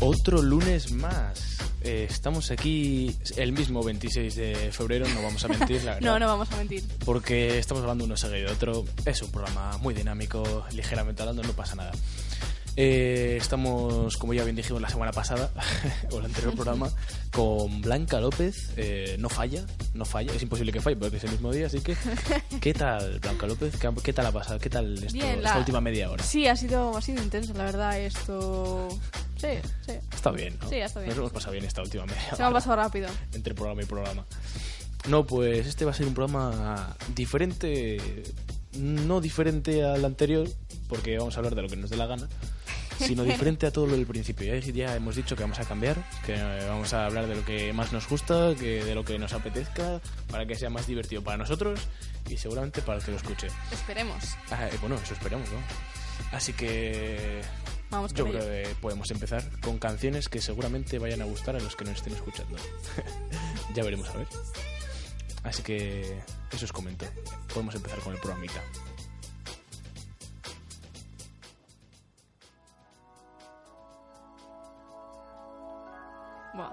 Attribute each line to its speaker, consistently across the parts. Speaker 1: Otro lunes más. Eh, estamos aquí el mismo 26 de febrero, no vamos a mentir, la verdad.
Speaker 2: No, no vamos a mentir.
Speaker 1: Porque estamos hablando uno seguido de otro. Es un programa muy dinámico, ligeramente hablando, no pasa nada. Eh, estamos, como ya bien dijimos la semana pasada, o el anterior programa, con Blanca López. Eh, no falla, no falla, es imposible que falle porque es el mismo día, así que. ¿Qué tal, Blanca López? ¿Qué, qué tal ha pasado? ¿Qué tal esto-
Speaker 2: Bien, la-
Speaker 1: esta última media hora?
Speaker 2: Sí, ha sido, ha sido intenso, la verdad, esto... Sí, sí.
Speaker 1: Está bien, ¿no?
Speaker 2: Sí, está bien.
Speaker 1: Nos lo hemos pasado bien esta última media
Speaker 2: Se me ha
Speaker 1: hora.
Speaker 2: pasado rápido.
Speaker 1: entre programa y programa. No, pues este va a ser un programa diferente, no diferente al anterior, porque vamos a hablar de lo que nos dé la gana, sino diferente a todo lo del principio. Ya, ya hemos dicho que vamos a cambiar, que eh, vamos a hablar de lo que más nos gusta, que de lo que nos apetezca, para que sea más divertido para nosotros y seguramente para el que lo escuche.
Speaker 2: Esperemos.
Speaker 1: Ah, eh, bueno, eso esperamos, ¿no? Así que
Speaker 2: Vamos
Speaker 1: yo
Speaker 2: con
Speaker 1: creo
Speaker 2: ello.
Speaker 1: que podemos empezar con canciones que seguramente vayan a gustar a los que nos estén escuchando. ya veremos a ver. Así que eso os comento. Podemos empezar con el programita.
Speaker 2: Buah.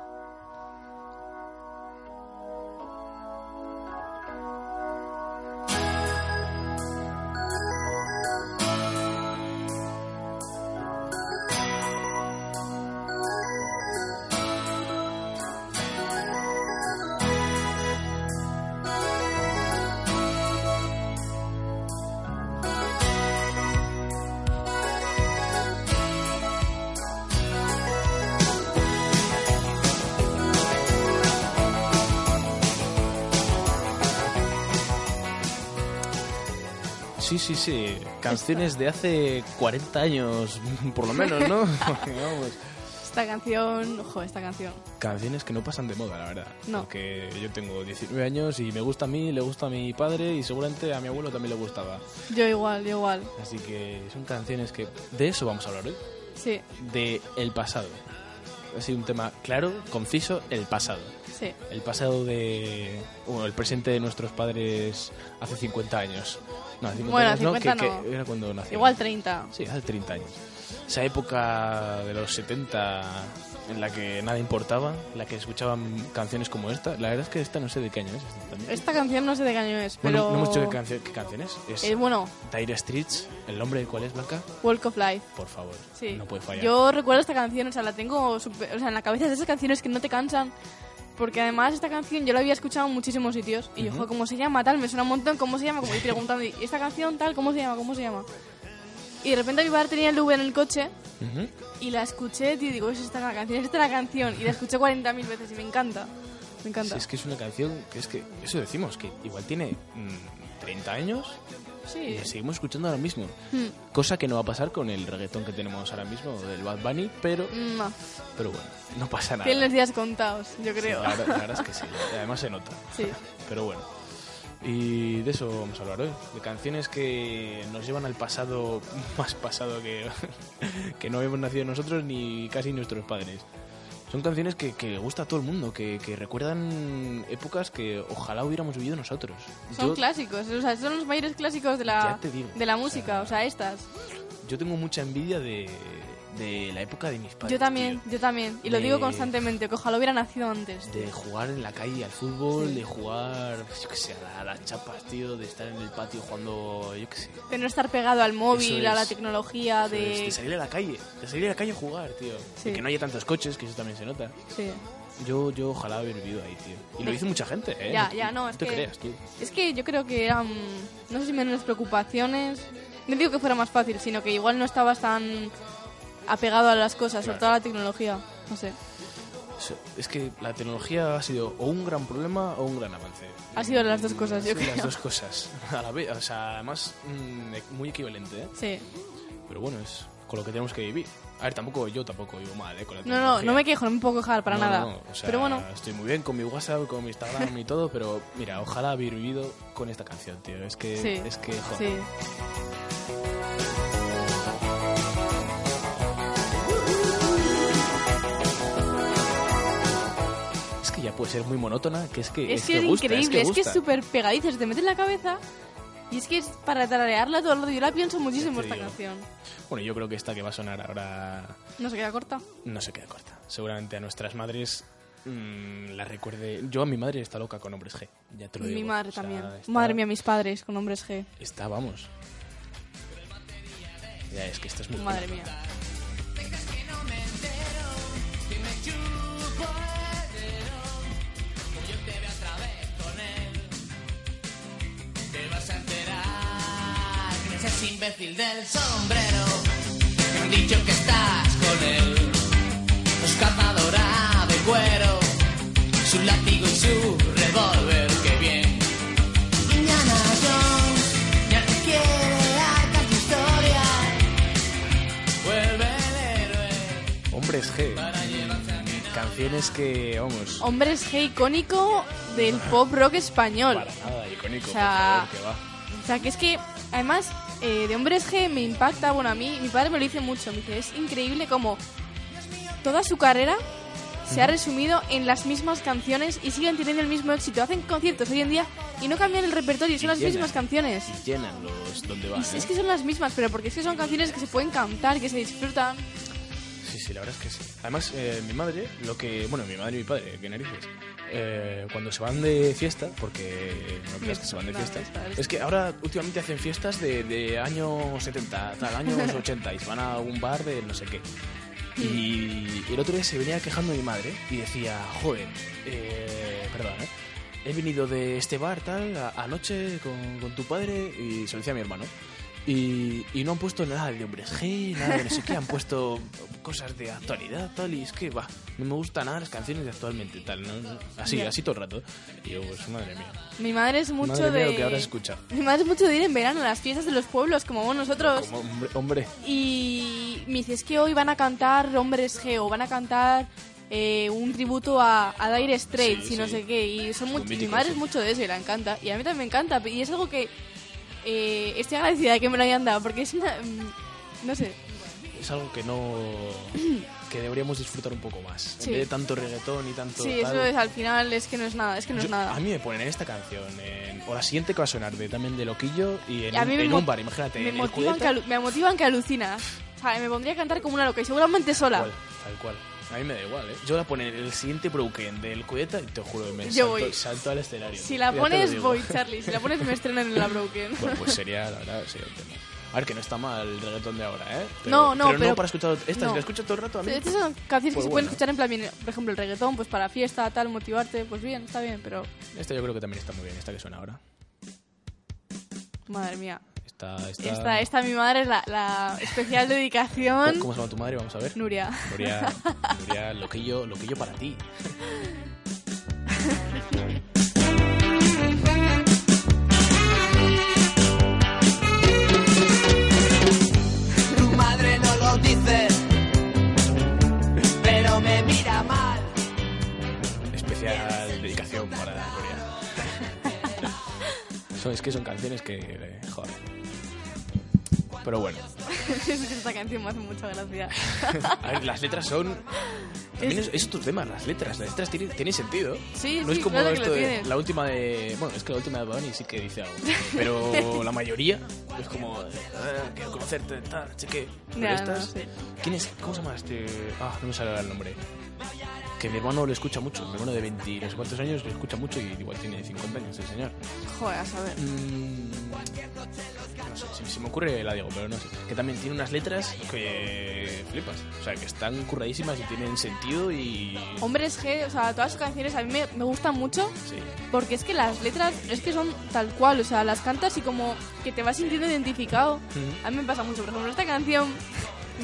Speaker 1: Sí, sí, sí. Canciones de hace 40 años, por lo menos, ¿no? Vamos.
Speaker 2: Esta canción... Ojo, esta canción.
Speaker 1: Canciones que no pasan de moda, la verdad.
Speaker 2: No.
Speaker 1: Porque yo tengo 19 años y me gusta a mí, le gusta a mi padre y seguramente a mi abuelo también le gustaba.
Speaker 2: Yo igual, yo igual.
Speaker 1: Así que son canciones que... De eso vamos a hablar hoy.
Speaker 2: Sí,
Speaker 1: de el pasado. Ha sido un tema claro, conciso, el pasado.
Speaker 2: sí.
Speaker 1: El pasado de... Bueno, el presente de nuestros padres hace 50 años. No, hace 50
Speaker 2: Bueno,
Speaker 1: años no,
Speaker 2: 50
Speaker 1: que-
Speaker 2: no.
Speaker 1: que era cuando nací.
Speaker 2: Igual 30.
Speaker 1: Sí, hace 30 años. Esa época de los 70 en la que nada importaba, en la que escuchaban canciones como esta. La verdad es que esta no sé de qué año es. esta también.
Speaker 2: Esta canción no sé de qué año es,
Speaker 1: Bueno,
Speaker 2: pero...
Speaker 1: no hemos dicho qué, cancio- qué canciones. Es
Speaker 2: Eh, bueno,
Speaker 1: Dire Streets. ¿El nombre de cuál es, Blanca?
Speaker 2: Walk of Life.
Speaker 1: Por favor,
Speaker 2: Sí.
Speaker 1: no puede fallar.
Speaker 2: Yo recuerdo esta canción, o sea, la tengo súper- o sea, en la cabeza es de esas canciones que no te cansan. Porque además esta canción yo la había escuchado en muchísimos sitios. Y yo, "Jo, ¿cómo se llama? Tal, me suena un montón, ¿cómo se llama? Como y preguntando, ¿y esta canción tal? ¿Cómo se llama? ¿Cómo se llama? Y de repente mi padre tenía el V en el coche
Speaker 1: Ujú.
Speaker 2: y la escuché, tío, y digo, es esta la canción, es esta la canción. Y la escuché 40.000 veces y me encanta. Me
Speaker 1: Sí,
Speaker 2: encanta.
Speaker 1: es que es una canción que es que, eso decimos, que igual tiene mm, 30 años y
Speaker 2: Sí.
Speaker 1: la seguimos escuchando ahora mismo.
Speaker 2: Mm,
Speaker 1: Cosa que no va a pasar con el reggaetón que tenemos ahora mismo del Bad Bunny, pero,
Speaker 2: mm, no.
Speaker 1: pero bueno, no pasa nada.
Speaker 2: Tiene los días contados, yo
Speaker 1: Sí,
Speaker 2: creo.
Speaker 1: la, verdad, la verdad es que sí, y además se nota.
Speaker 2: Sí.
Speaker 1: Pero bueno. Y de eso vamos a hablar hoy, de canciones que nos llevan al pasado más pasado que, que no habíamos nacido nosotros ni casi nuestros padres. Son canciones que, que gusta a todo el mundo, que, que recuerdan épocas que ojalá hubiéramos vivido nosotros.
Speaker 2: Son
Speaker 1: Yo-
Speaker 2: clásicos, o sea, son los mayores clásicos de
Speaker 1: Ya
Speaker 2: la,
Speaker 1: te digo,
Speaker 2: de la
Speaker 1: o sea,
Speaker 2: música, o sea, estas.
Speaker 1: Yo tengo mucha envidia de, de la época de mis padres.
Speaker 2: Yo también,
Speaker 1: tío.
Speaker 2: yo también. Y lo
Speaker 1: de-
Speaker 2: digo constantemente, que ojalá hubiera nacido antes.
Speaker 1: De jugar en la calle al fútbol, de jugar, yo qué sé, a las chapas, tío, de estar en el patio jugando, yo qué sé.
Speaker 2: De no estar pegado al móvil,
Speaker 1: Eso
Speaker 2: a la
Speaker 1: es.
Speaker 2: tecnología,
Speaker 1: Pues,
Speaker 2: de...
Speaker 1: de salir a la calle, de salir a la calle a jugar, tío.
Speaker 2: Sí.
Speaker 1: Y que no haya tantos coches, que eso también se nota.
Speaker 2: Sí.
Speaker 1: Yo, yo ojalá haber vivido ahí, tío. Y lo
Speaker 2: Sí.
Speaker 1: dice mucha gente, ¿eh?
Speaker 2: Ya, ya, no, es
Speaker 1: te
Speaker 2: que-
Speaker 1: creas, tú.
Speaker 2: Es que yo creo que eran, no sé si menos preocupaciones. No digo que fuera más fácil, sino que igual no estabas tan apegado a las cosas,
Speaker 1: Claro.
Speaker 2: sobre todo a la tecnología. No sé.
Speaker 1: Es- Es que la tecnología ha sido o un gran problema o un gran avance. Mm,
Speaker 2: Ha sido las dos cosas, yo
Speaker 1: Sí,
Speaker 2: creo.
Speaker 1: Las dos cosas. A la vez, o sea, además, mm, e- muy equivalente, ¿eh?
Speaker 2: Sí.
Speaker 1: Pero bueno, es con lo que tenemos que vivir. A ver, tampoco yo tampoco vivo mal, ¿eh? Con la
Speaker 2: No, no, no me
Speaker 1: tecnología.
Speaker 2: quejo, no me puedo quejar para
Speaker 1: No,
Speaker 2: nada.
Speaker 1: no, o sea,
Speaker 2: Pero bueno,
Speaker 1: Estoy muy bien con mi WhatsApp, con mi Instagram y todo, pero mira, ojalá haber vivido con esta canción, tío. Es que,
Speaker 2: sí.
Speaker 1: es que, joder.
Speaker 2: sí.
Speaker 1: Es que ya puede ser muy monótona, que es que
Speaker 2: Es que es
Speaker 1: gusta,
Speaker 2: increíble, es que es
Speaker 1: gusta.
Speaker 2: súper pegadiza, se te mete en la cabeza. Y es que es para tararearla todo el rato. Yo la pienso muchísimo
Speaker 1: te
Speaker 2: esta
Speaker 1: digo.
Speaker 2: canción.
Speaker 1: Bueno, yo creo que esta que va a sonar ahora
Speaker 2: No se queda corta.
Speaker 1: no se queda corta. Seguramente a nuestras madres mm, la recuerde. Yo a mi madre está loca con hombres G, ya te lo
Speaker 2: Mi
Speaker 1: digo.
Speaker 2: madre
Speaker 1: O sea,
Speaker 2: también.
Speaker 1: está-
Speaker 2: Madre mía, mis padres con hombres G.
Speaker 1: Está, vamos. Ya, es que esto es muy
Speaker 2: Madre
Speaker 1: bueno.
Speaker 2: mía.
Speaker 3: Te vas a enterar que es ese imbécil del sombrero Me han dicho que estás con él Es cazadora de cuero Su látigo y su revólver, qué bien Indiana Jones ya te quiere harta tu historia Vuelve el héroe
Speaker 1: Hombres G.
Speaker 3: para llevarse a mi
Speaker 1: Canciones que, vamos,
Speaker 2: Hombres G icónico del pop rock español.
Speaker 1: para nada icónico,
Speaker 2: O sea,
Speaker 1: por favor, que va.
Speaker 2: O sea, que es que, además, eh, de Hombres G me impacta, bueno, a mí, mi padre me lo dice mucho, me dice, es increíble como toda su carrera se ha resumido en las mismas canciones y siguen teniendo el mismo éxito. Hacen conciertos hoy en día y no cambian el repertorio, son
Speaker 1: Y
Speaker 2: las
Speaker 1: llenan.
Speaker 2: mismas canciones.
Speaker 1: Y llenan los donde van.
Speaker 2: Y es
Speaker 1: ¿eh?
Speaker 2: que son las mismas, pero porque es que son canciones que se pueden cantar, que se disfrutan.
Speaker 1: Sí, sí, la verdad es que sí. Además, eh, mi madre, lo que. Bueno, mi madre y mi padre, qué narices. Eh, cuando se van de fiesta, porque no creas que se van de
Speaker 2: No,
Speaker 1: fiesta,
Speaker 2: está bien.
Speaker 1: es que ahora últimamente hacen fiestas de, de años 70, tal, años 80, y se van a un bar de no sé qué. Y el otro día se venía quejando mi madre y decía, joder, eh, perdón, ¿eh? he venido de este bar tal a- anoche con, con tu padre y se lo decía a mi hermano. Y, y no han puesto nada de hombres G, nada de no sé qué, han puesto cosas de actualidad tal y es que va, no me gustan nada las canciones de actualmente tal, ¿no? no, así,
Speaker 2: Ya.
Speaker 1: así todo el rato. Y yo, pues madre mía,
Speaker 2: Mi madre es mucho
Speaker 1: madre mía
Speaker 2: de...
Speaker 1: lo que habrás escuchado.
Speaker 2: mi madre es mucho de ir en verano a las fiestas de los pueblos, como vamos nosotros.
Speaker 1: Como hombre, hombre.
Speaker 2: y me dice, es que hoy van a cantar Hombres G o van a cantar eh, un tributo a, a Dire Straits
Speaker 1: Sí,
Speaker 2: y no
Speaker 1: sí.
Speaker 2: sé qué. Y son mucho, y mi
Speaker 1: míticos,
Speaker 2: madre
Speaker 1: sí.
Speaker 2: es mucho de eso y la encanta. Y a mí también me encanta. Y es algo que eh, estoy agradecida de que me lo hayan dado porque es una... mm, No sé.
Speaker 1: es algo que no que deberíamos disfrutar un poco más
Speaker 2: Sí.
Speaker 1: en vez de tanto reggaetón y tanto
Speaker 2: Sí,
Speaker 1: tal.
Speaker 2: eso es, al final es que no es nada, es que no
Speaker 1: Yo-
Speaker 2: es nada.
Speaker 1: a mí me ponen esta canción en- o la siguiente que va a sonar de, también de loquillo y en,
Speaker 2: Y a
Speaker 1: un-
Speaker 2: mí me
Speaker 1: en
Speaker 2: mo-
Speaker 1: un bar imagínate
Speaker 2: me,
Speaker 1: en el
Speaker 2: motivan que,
Speaker 1: Julieta,
Speaker 2: alu- me motivan que alucinas. O sea, me pondría a cantar como una loca y seguramente sola.
Speaker 1: tal cual, tal cual a mí me da igual ¿eh? yo la ponen en el siguiente broken del cubeta y te juro que me
Speaker 2: Yo
Speaker 1: salto,
Speaker 2: voy.
Speaker 1: salto al escenario
Speaker 2: Si la
Speaker 1: Ya te lo
Speaker 2: pones,
Speaker 1: digo.
Speaker 2: voy, Charlie. Si la pones, me estrenan en la Broken.
Speaker 1: bueno, pues sería la verdad sería el tema a ver que no está mal el reggaetón de ahora eh Pero-
Speaker 2: No, no,
Speaker 1: pero no
Speaker 2: pero-
Speaker 1: para escuchar esta
Speaker 2: no.
Speaker 1: si la escucho todo el rato a mí
Speaker 2: Estas son canciones que
Speaker 1: Pues
Speaker 2: se pueden
Speaker 1: bueno.
Speaker 2: escuchar en plan, bien, por ejemplo, el reggaetón, pues para fiesta, tal, motivarte, pues bien, está bien, pero
Speaker 1: esta yo creo que también está muy bien esta que suena ahora
Speaker 2: madre mía.
Speaker 1: esta esta,
Speaker 2: Esta, esta mi madre es la, la especial dedicación.
Speaker 1: Pues, ¿Cómo se llama tu madre? Vamos a ver.
Speaker 2: Nuria.
Speaker 1: Nuria, Nuria, loquillo, loquillo para ti.
Speaker 3: Tu madre no lo dice Pero me mira mal
Speaker 1: Especial dedicación para Nuria. Son, es que son canciones que. eh, joder. Pero bueno,
Speaker 2: esta canción me hace mucha gracia.
Speaker 1: a ver, las letras son. También es, es tu tema, las letras. Las letras tienen, tienen sentido.
Speaker 2: Sí,
Speaker 1: no es
Speaker 2: sí,
Speaker 1: como
Speaker 2: claro que
Speaker 1: esto
Speaker 2: lo
Speaker 1: de,
Speaker 2: tiene.
Speaker 1: la última de. Bueno, es que la última de Bunny sí que dice algo. Pero la mayoría es como. eh, quiero conocerte, tal, sé qué. Pero
Speaker 2: Ya, no,
Speaker 1: estas.
Speaker 2: sí.
Speaker 1: ¿Quién es? ¿Cómo se llama este? Ah, no me sale ahora el nombre. Que mi hermano lo escucha mucho. Mi hermano de 20 no sé cuántos años lo escucha mucho y igual tiene 50 años el señor.
Speaker 2: Joder, a saber.
Speaker 1: Mm, No sé, se, se me ocurre la Diego, pero no sé. Que también tiene unas letras que flipas. O sea, que están curradísimas y tienen sentido y...
Speaker 2: Hombres G, o sea, todas sus canciones a mí me, me gustan mucho
Speaker 1: Sí.
Speaker 2: porque es que las letras es que son tal cual, o sea, las cantas y como que te vas sintiendo identificado.
Speaker 1: Ujú.
Speaker 2: A mí me pasa mucho, por ejemplo, esta canción,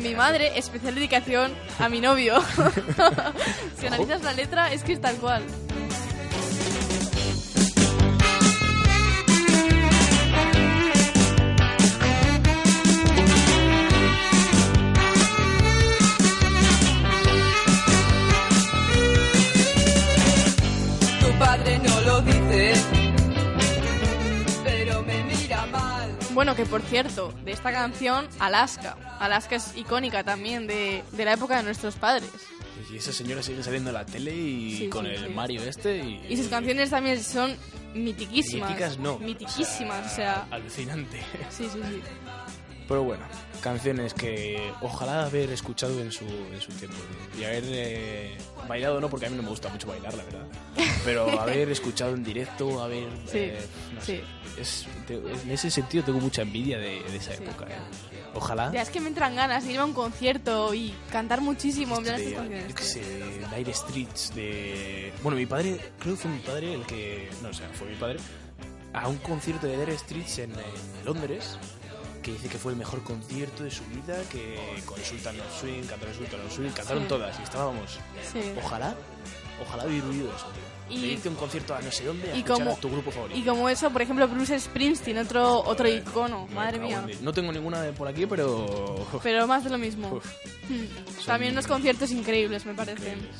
Speaker 2: mi madre, especial dedicación a mi novio. si analizas la letra, es que es tal cual.
Speaker 4: Tu padre no lo dice, pero me mira mal.
Speaker 2: Bueno, que por cierto, de esta canción, Alaska. Alaska es icónica también de, de la época de nuestros padres.
Speaker 1: Y esas señoras siguen saliendo a la tele y
Speaker 2: Sí,
Speaker 1: con
Speaker 2: sí,
Speaker 1: el
Speaker 2: sí.
Speaker 1: Mario este y...
Speaker 2: Y sus canciones también son mitiquísimas.
Speaker 1: Míticas no.
Speaker 2: Mitiquísimas, o sea.
Speaker 1: Alucinante.
Speaker 2: Sí, sí, sí.
Speaker 1: Pero bueno, canciones que ojalá haber escuchado en su, en su tiempo. Y haber eh, bailado, no, porque a mí no me gusta mucho bailar, la verdad. Pero haber escuchado en directo, haber...
Speaker 2: Sí,
Speaker 1: eh, no
Speaker 2: sí.
Speaker 1: sé. Es- te- en ese sentido tengo mucha envidia de, de esa época. eh. Ojalá...
Speaker 2: Ya es que me entran ganas de ir a un concierto y cantar muchísimo. en plan
Speaker 1: de,
Speaker 2: estas canciones.
Speaker 1: yo qué sé, de Dire Streets, de... Bueno, mi padre, creo que fue mi padre el que... No, o sea, fue mi padre. A un concierto de Dire Streets en, en Londres, que dice que fue el mejor concierto de su vida, que con Sultan of Swing, cantaron Sultan of Swing, cantaron
Speaker 2: Sí.
Speaker 1: todas, y estábamos...
Speaker 2: Sí.
Speaker 1: Ojalá, ojalá hubiera vivido eso, tío.
Speaker 2: Y-
Speaker 1: De irte a un concierto a no sé dónde a
Speaker 2: y
Speaker 1: escuchar
Speaker 2: como-
Speaker 1: a tu grupo favorito.
Speaker 2: Y como eso, por ejemplo, Bruce Springsteen, otro, otro
Speaker 1: Joder,
Speaker 2: icono,
Speaker 1: me
Speaker 2: madre
Speaker 1: cago en
Speaker 2: mía.
Speaker 1: diez. No tengo ninguna de por aquí, pero...
Speaker 2: Pero más de lo mismo.
Speaker 1: Uf.
Speaker 2: Hmm. También unos conciertos increíbles, me parecen.
Speaker 1: increíbles.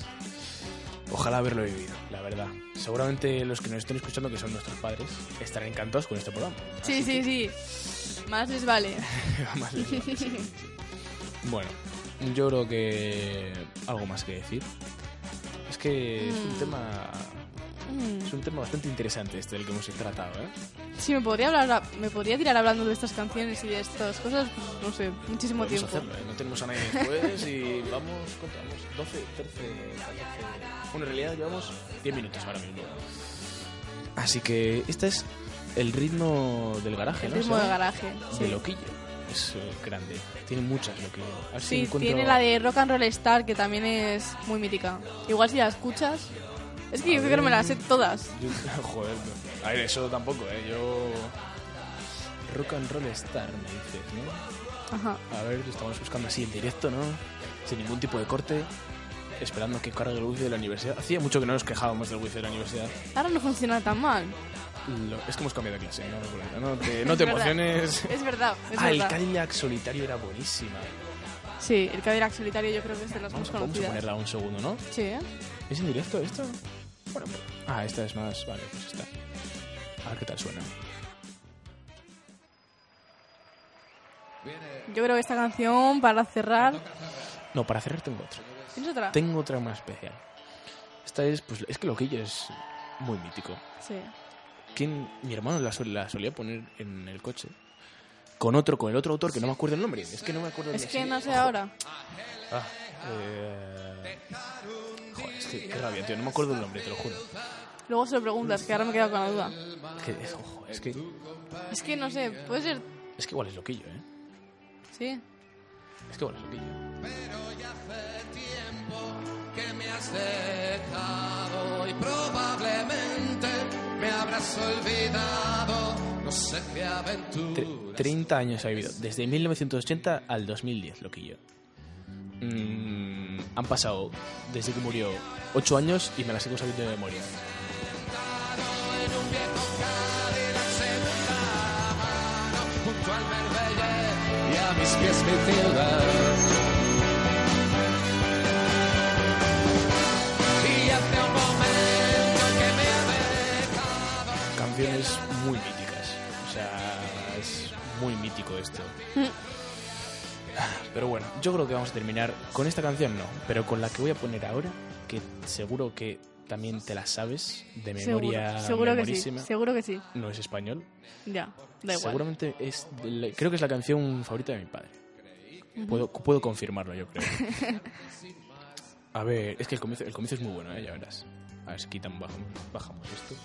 Speaker 1: Ojalá haberlo vivido, la verdad. Seguramente los que nos estén escuchando, que son nuestros padres, estarán encantados con este programa.
Speaker 2: Sí, sí, sí. Más les vale.
Speaker 1: Más les vale, sí, sí. Bueno, yo creo que algo más que decir. Es que es un
Speaker 2: Mm.
Speaker 1: tema
Speaker 2: Mm.
Speaker 1: es un tema bastante interesante este del que hemos tratado, ¿eh?
Speaker 2: Sí, me podría, hablar, me podría tirar hablando de estas canciones y de estas cosas, no sé, muchísimo
Speaker 1: Podemos
Speaker 2: tiempo.
Speaker 1: hacerlo, ¿eh? No tenemos a nadie después y vamos, contamos 12, 13, 14. Bueno, en realidad llevamos 10 minutos ahora mismo. Así que este es el ritmo del garaje,
Speaker 2: El
Speaker 1: ¿no?
Speaker 2: ritmo
Speaker 1: ¿Se
Speaker 2: de
Speaker 1: llama?
Speaker 2: garaje.
Speaker 1: de
Speaker 2: sí.
Speaker 1: loquillo. Es eh, grande. Tiene muchas loquillo. A ver si
Speaker 2: Sí,
Speaker 1: encuentro-
Speaker 2: tiene la de Rock and Roll Star, que también es muy mítica. Igual si la escuchas... Es que
Speaker 1: A
Speaker 2: yo creo que no me las sé
Speaker 1: ver.
Speaker 2: todas.
Speaker 1: Yo- Joder. no. A ver, eso tampoco, ¿eh? Yo... Rock and Roll Star, me dices, ¿no?
Speaker 2: Ajá.
Speaker 1: A ver, lo estamos buscando así en directo, ¿no? Sin ningún tipo de corte. Esperando que cargue el wifi de la universidad. Hacía mucho que no nos quejábamos del wifi de la universidad.
Speaker 2: Ahora no funciona tan mal.
Speaker 1: Lo- Es que hemos cambiado de clase, no, Lola, no te, no te
Speaker 2: Es verdad.
Speaker 1: emociones.
Speaker 2: Es verdad, es
Speaker 1: Ah, el
Speaker 2: verdad.
Speaker 1: Cadillac solitario era buenísima.
Speaker 2: Sí, el Cadillac solitario yo creo que es de las más
Speaker 1: Vamos a, vamos a
Speaker 2: conocidas.
Speaker 1: ponerla un segundo, ¿no?
Speaker 2: Sí, ¿eh?
Speaker 1: ¿Es en directo esto? Bueno, pues- ah, esta es más. Vale, pues está. A ver qué tal suena.
Speaker 2: Yo creo que esta canción, para cerrar...
Speaker 1: No, para cerrar tengo otra.
Speaker 2: ¿Tienes otra?
Speaker 1: Tengo otra más especial. Esta es, pues, es que Loquillo es muy mítico.
Speaker 2: Sí.
Speaker 1: ¿Quién? Mi hermano la, sol- la solía poner en el coche. Con otro, con el otro autor que no me acuerdo el nombre. Es que no me acuerdo el
Speaker 2: Es
Speaker 1: nombre.
Speaker 2: que no sé
Speaker 1: Ojo.
Speaker 2: ahora.
Speaker 1: Ah, eh... Joder, es que qué rabia, tío. No me acuerdo el nombre, te lo juro.
Speaker 2: Luego se lo preguntas, que ahora me he quedado con la duda.
Speaker 1: Que, ojo, es que,
Speaker 2: Es que no sé, puede ser...
Speaker 1: es que igual es Loquillo, ¿eh?
Speaker 2: Sí.
Speaker 1: Es que igual es Loquillo.
Speaker 3: que me has dejado y probablemente me habrás olvidado. No sé qué
Speaker 1: Tre-
Speaker 3: aventura.
Speaker 1: 30 años ha vivido, desde 1980 al 2010, loquillo. Mm, han pasado desde que murió 8 años y me las sigo sabiendo de memoria.
Speaker 3: junto al Marbella y a mis pies mi ciudad. Y hace un momento que me ha dejado
Speaker 1: Canciones muy míticas. O sea, es muy mítico esto. Pero bueno, yo creo que vamos a terminar con esta canción, no, pero con la que voy a poner ahora, que seguro que también te la sabes de memoria.
Speaker 2: seguro, seguro que sí,
Speaker 1: memorísima.
Speaker 2: seguro que sí.
Speaker 1: No es español.
Speaker 2: Ya, da igual.
Speaker 1: Seguramente es, de la- creo que es la canción favorita de mi padre. Puedo, puedo confirmarlo, yo creo. A ver, es que el comienzo, el comienzo es muy bueno, ¿eh? ya verás. A ver si quitan, bajamos, bajamos esto.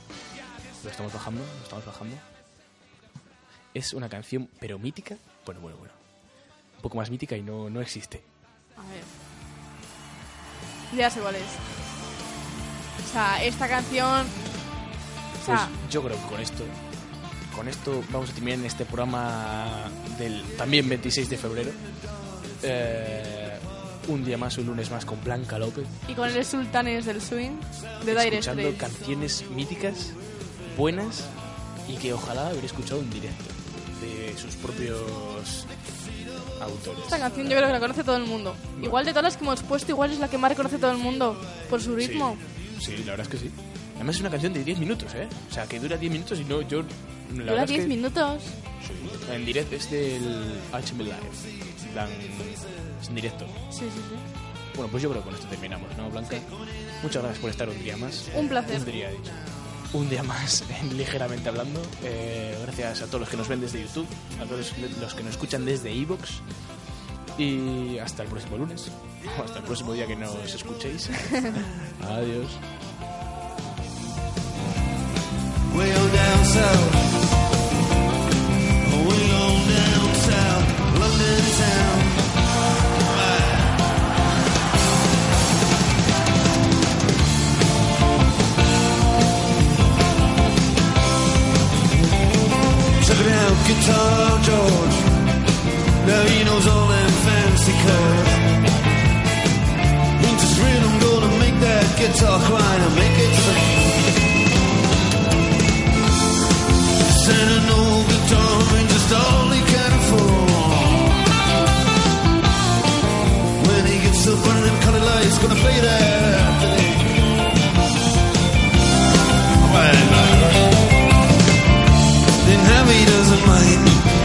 Speaker 1: Lo estamos bajando, lo estamos bajando. es una canción, pero mítica. Bueno, bueno, bueno. Un poco más mítica y no, no existe.
Speaker 2: A ver. Ya sé cuál es. O sea, esta canción. O
Speaker 1: Pues
Speaker 2: sea,
Speaker 1: yo creo que con esto, con esto vamos a terminar en este programa del también 26 de febrero. Eh, un día más, un lunes más con Blanca López,
Speaker 2: y con el Sultanes del Swing de Dire
Speaker 1: escuchando
Speaker 2: Straits.
Speaker 1: canciones míticas, buenas y que ojalá haber escuchado en directo de sus propios autores.
Speaker 2: Esta canción yo creo que la conoce todo el mundo. Igual de todas las que hemos puesto, igual es la que más reconoce todo el mundo por su ritmo.
Speaker 1: Sí, sí, la verdad es que sí. Además es una canción de 10 minutos, ¿eh? O sea, que dura 10 minutos y no yo... La verdad
Speaker 2: Dura
Speaker 1: es
Speaker 2: 10
Speaker 1: que-
Speaker 2: minutos.
Speaker 1: Sí, en directo es del HM Live. En plan, es en directo.
Speaker 2: Sí, sí, sí.
Speaker 1: Bueno, pues yo creo que con esto terminamos, ¿no, Blanca? Muchas gracias por estar un día más.
Speaker 2: Un placer.
Speaker 1: Un día, he dicho. Un día más, en ligeramente hablando. Eh, gracias a todos los que nos ven desde YouTube, a todos los que nos escuchan desde Evox. Y hasta el próximo lunes. O hasta el próximo día que nos escuchéis. Adiós.
Speaker 5: Way down south. Way on down south. London town. Aye. Check it out, Guitar George. Now he knows all them fancy chords. Into rhythm, gonna make that guitar cry and make it sing. Send an old guitar and just all he can afford. When he gets up one of them colored lights, gonna play that thing. Then Harry doesn't mind.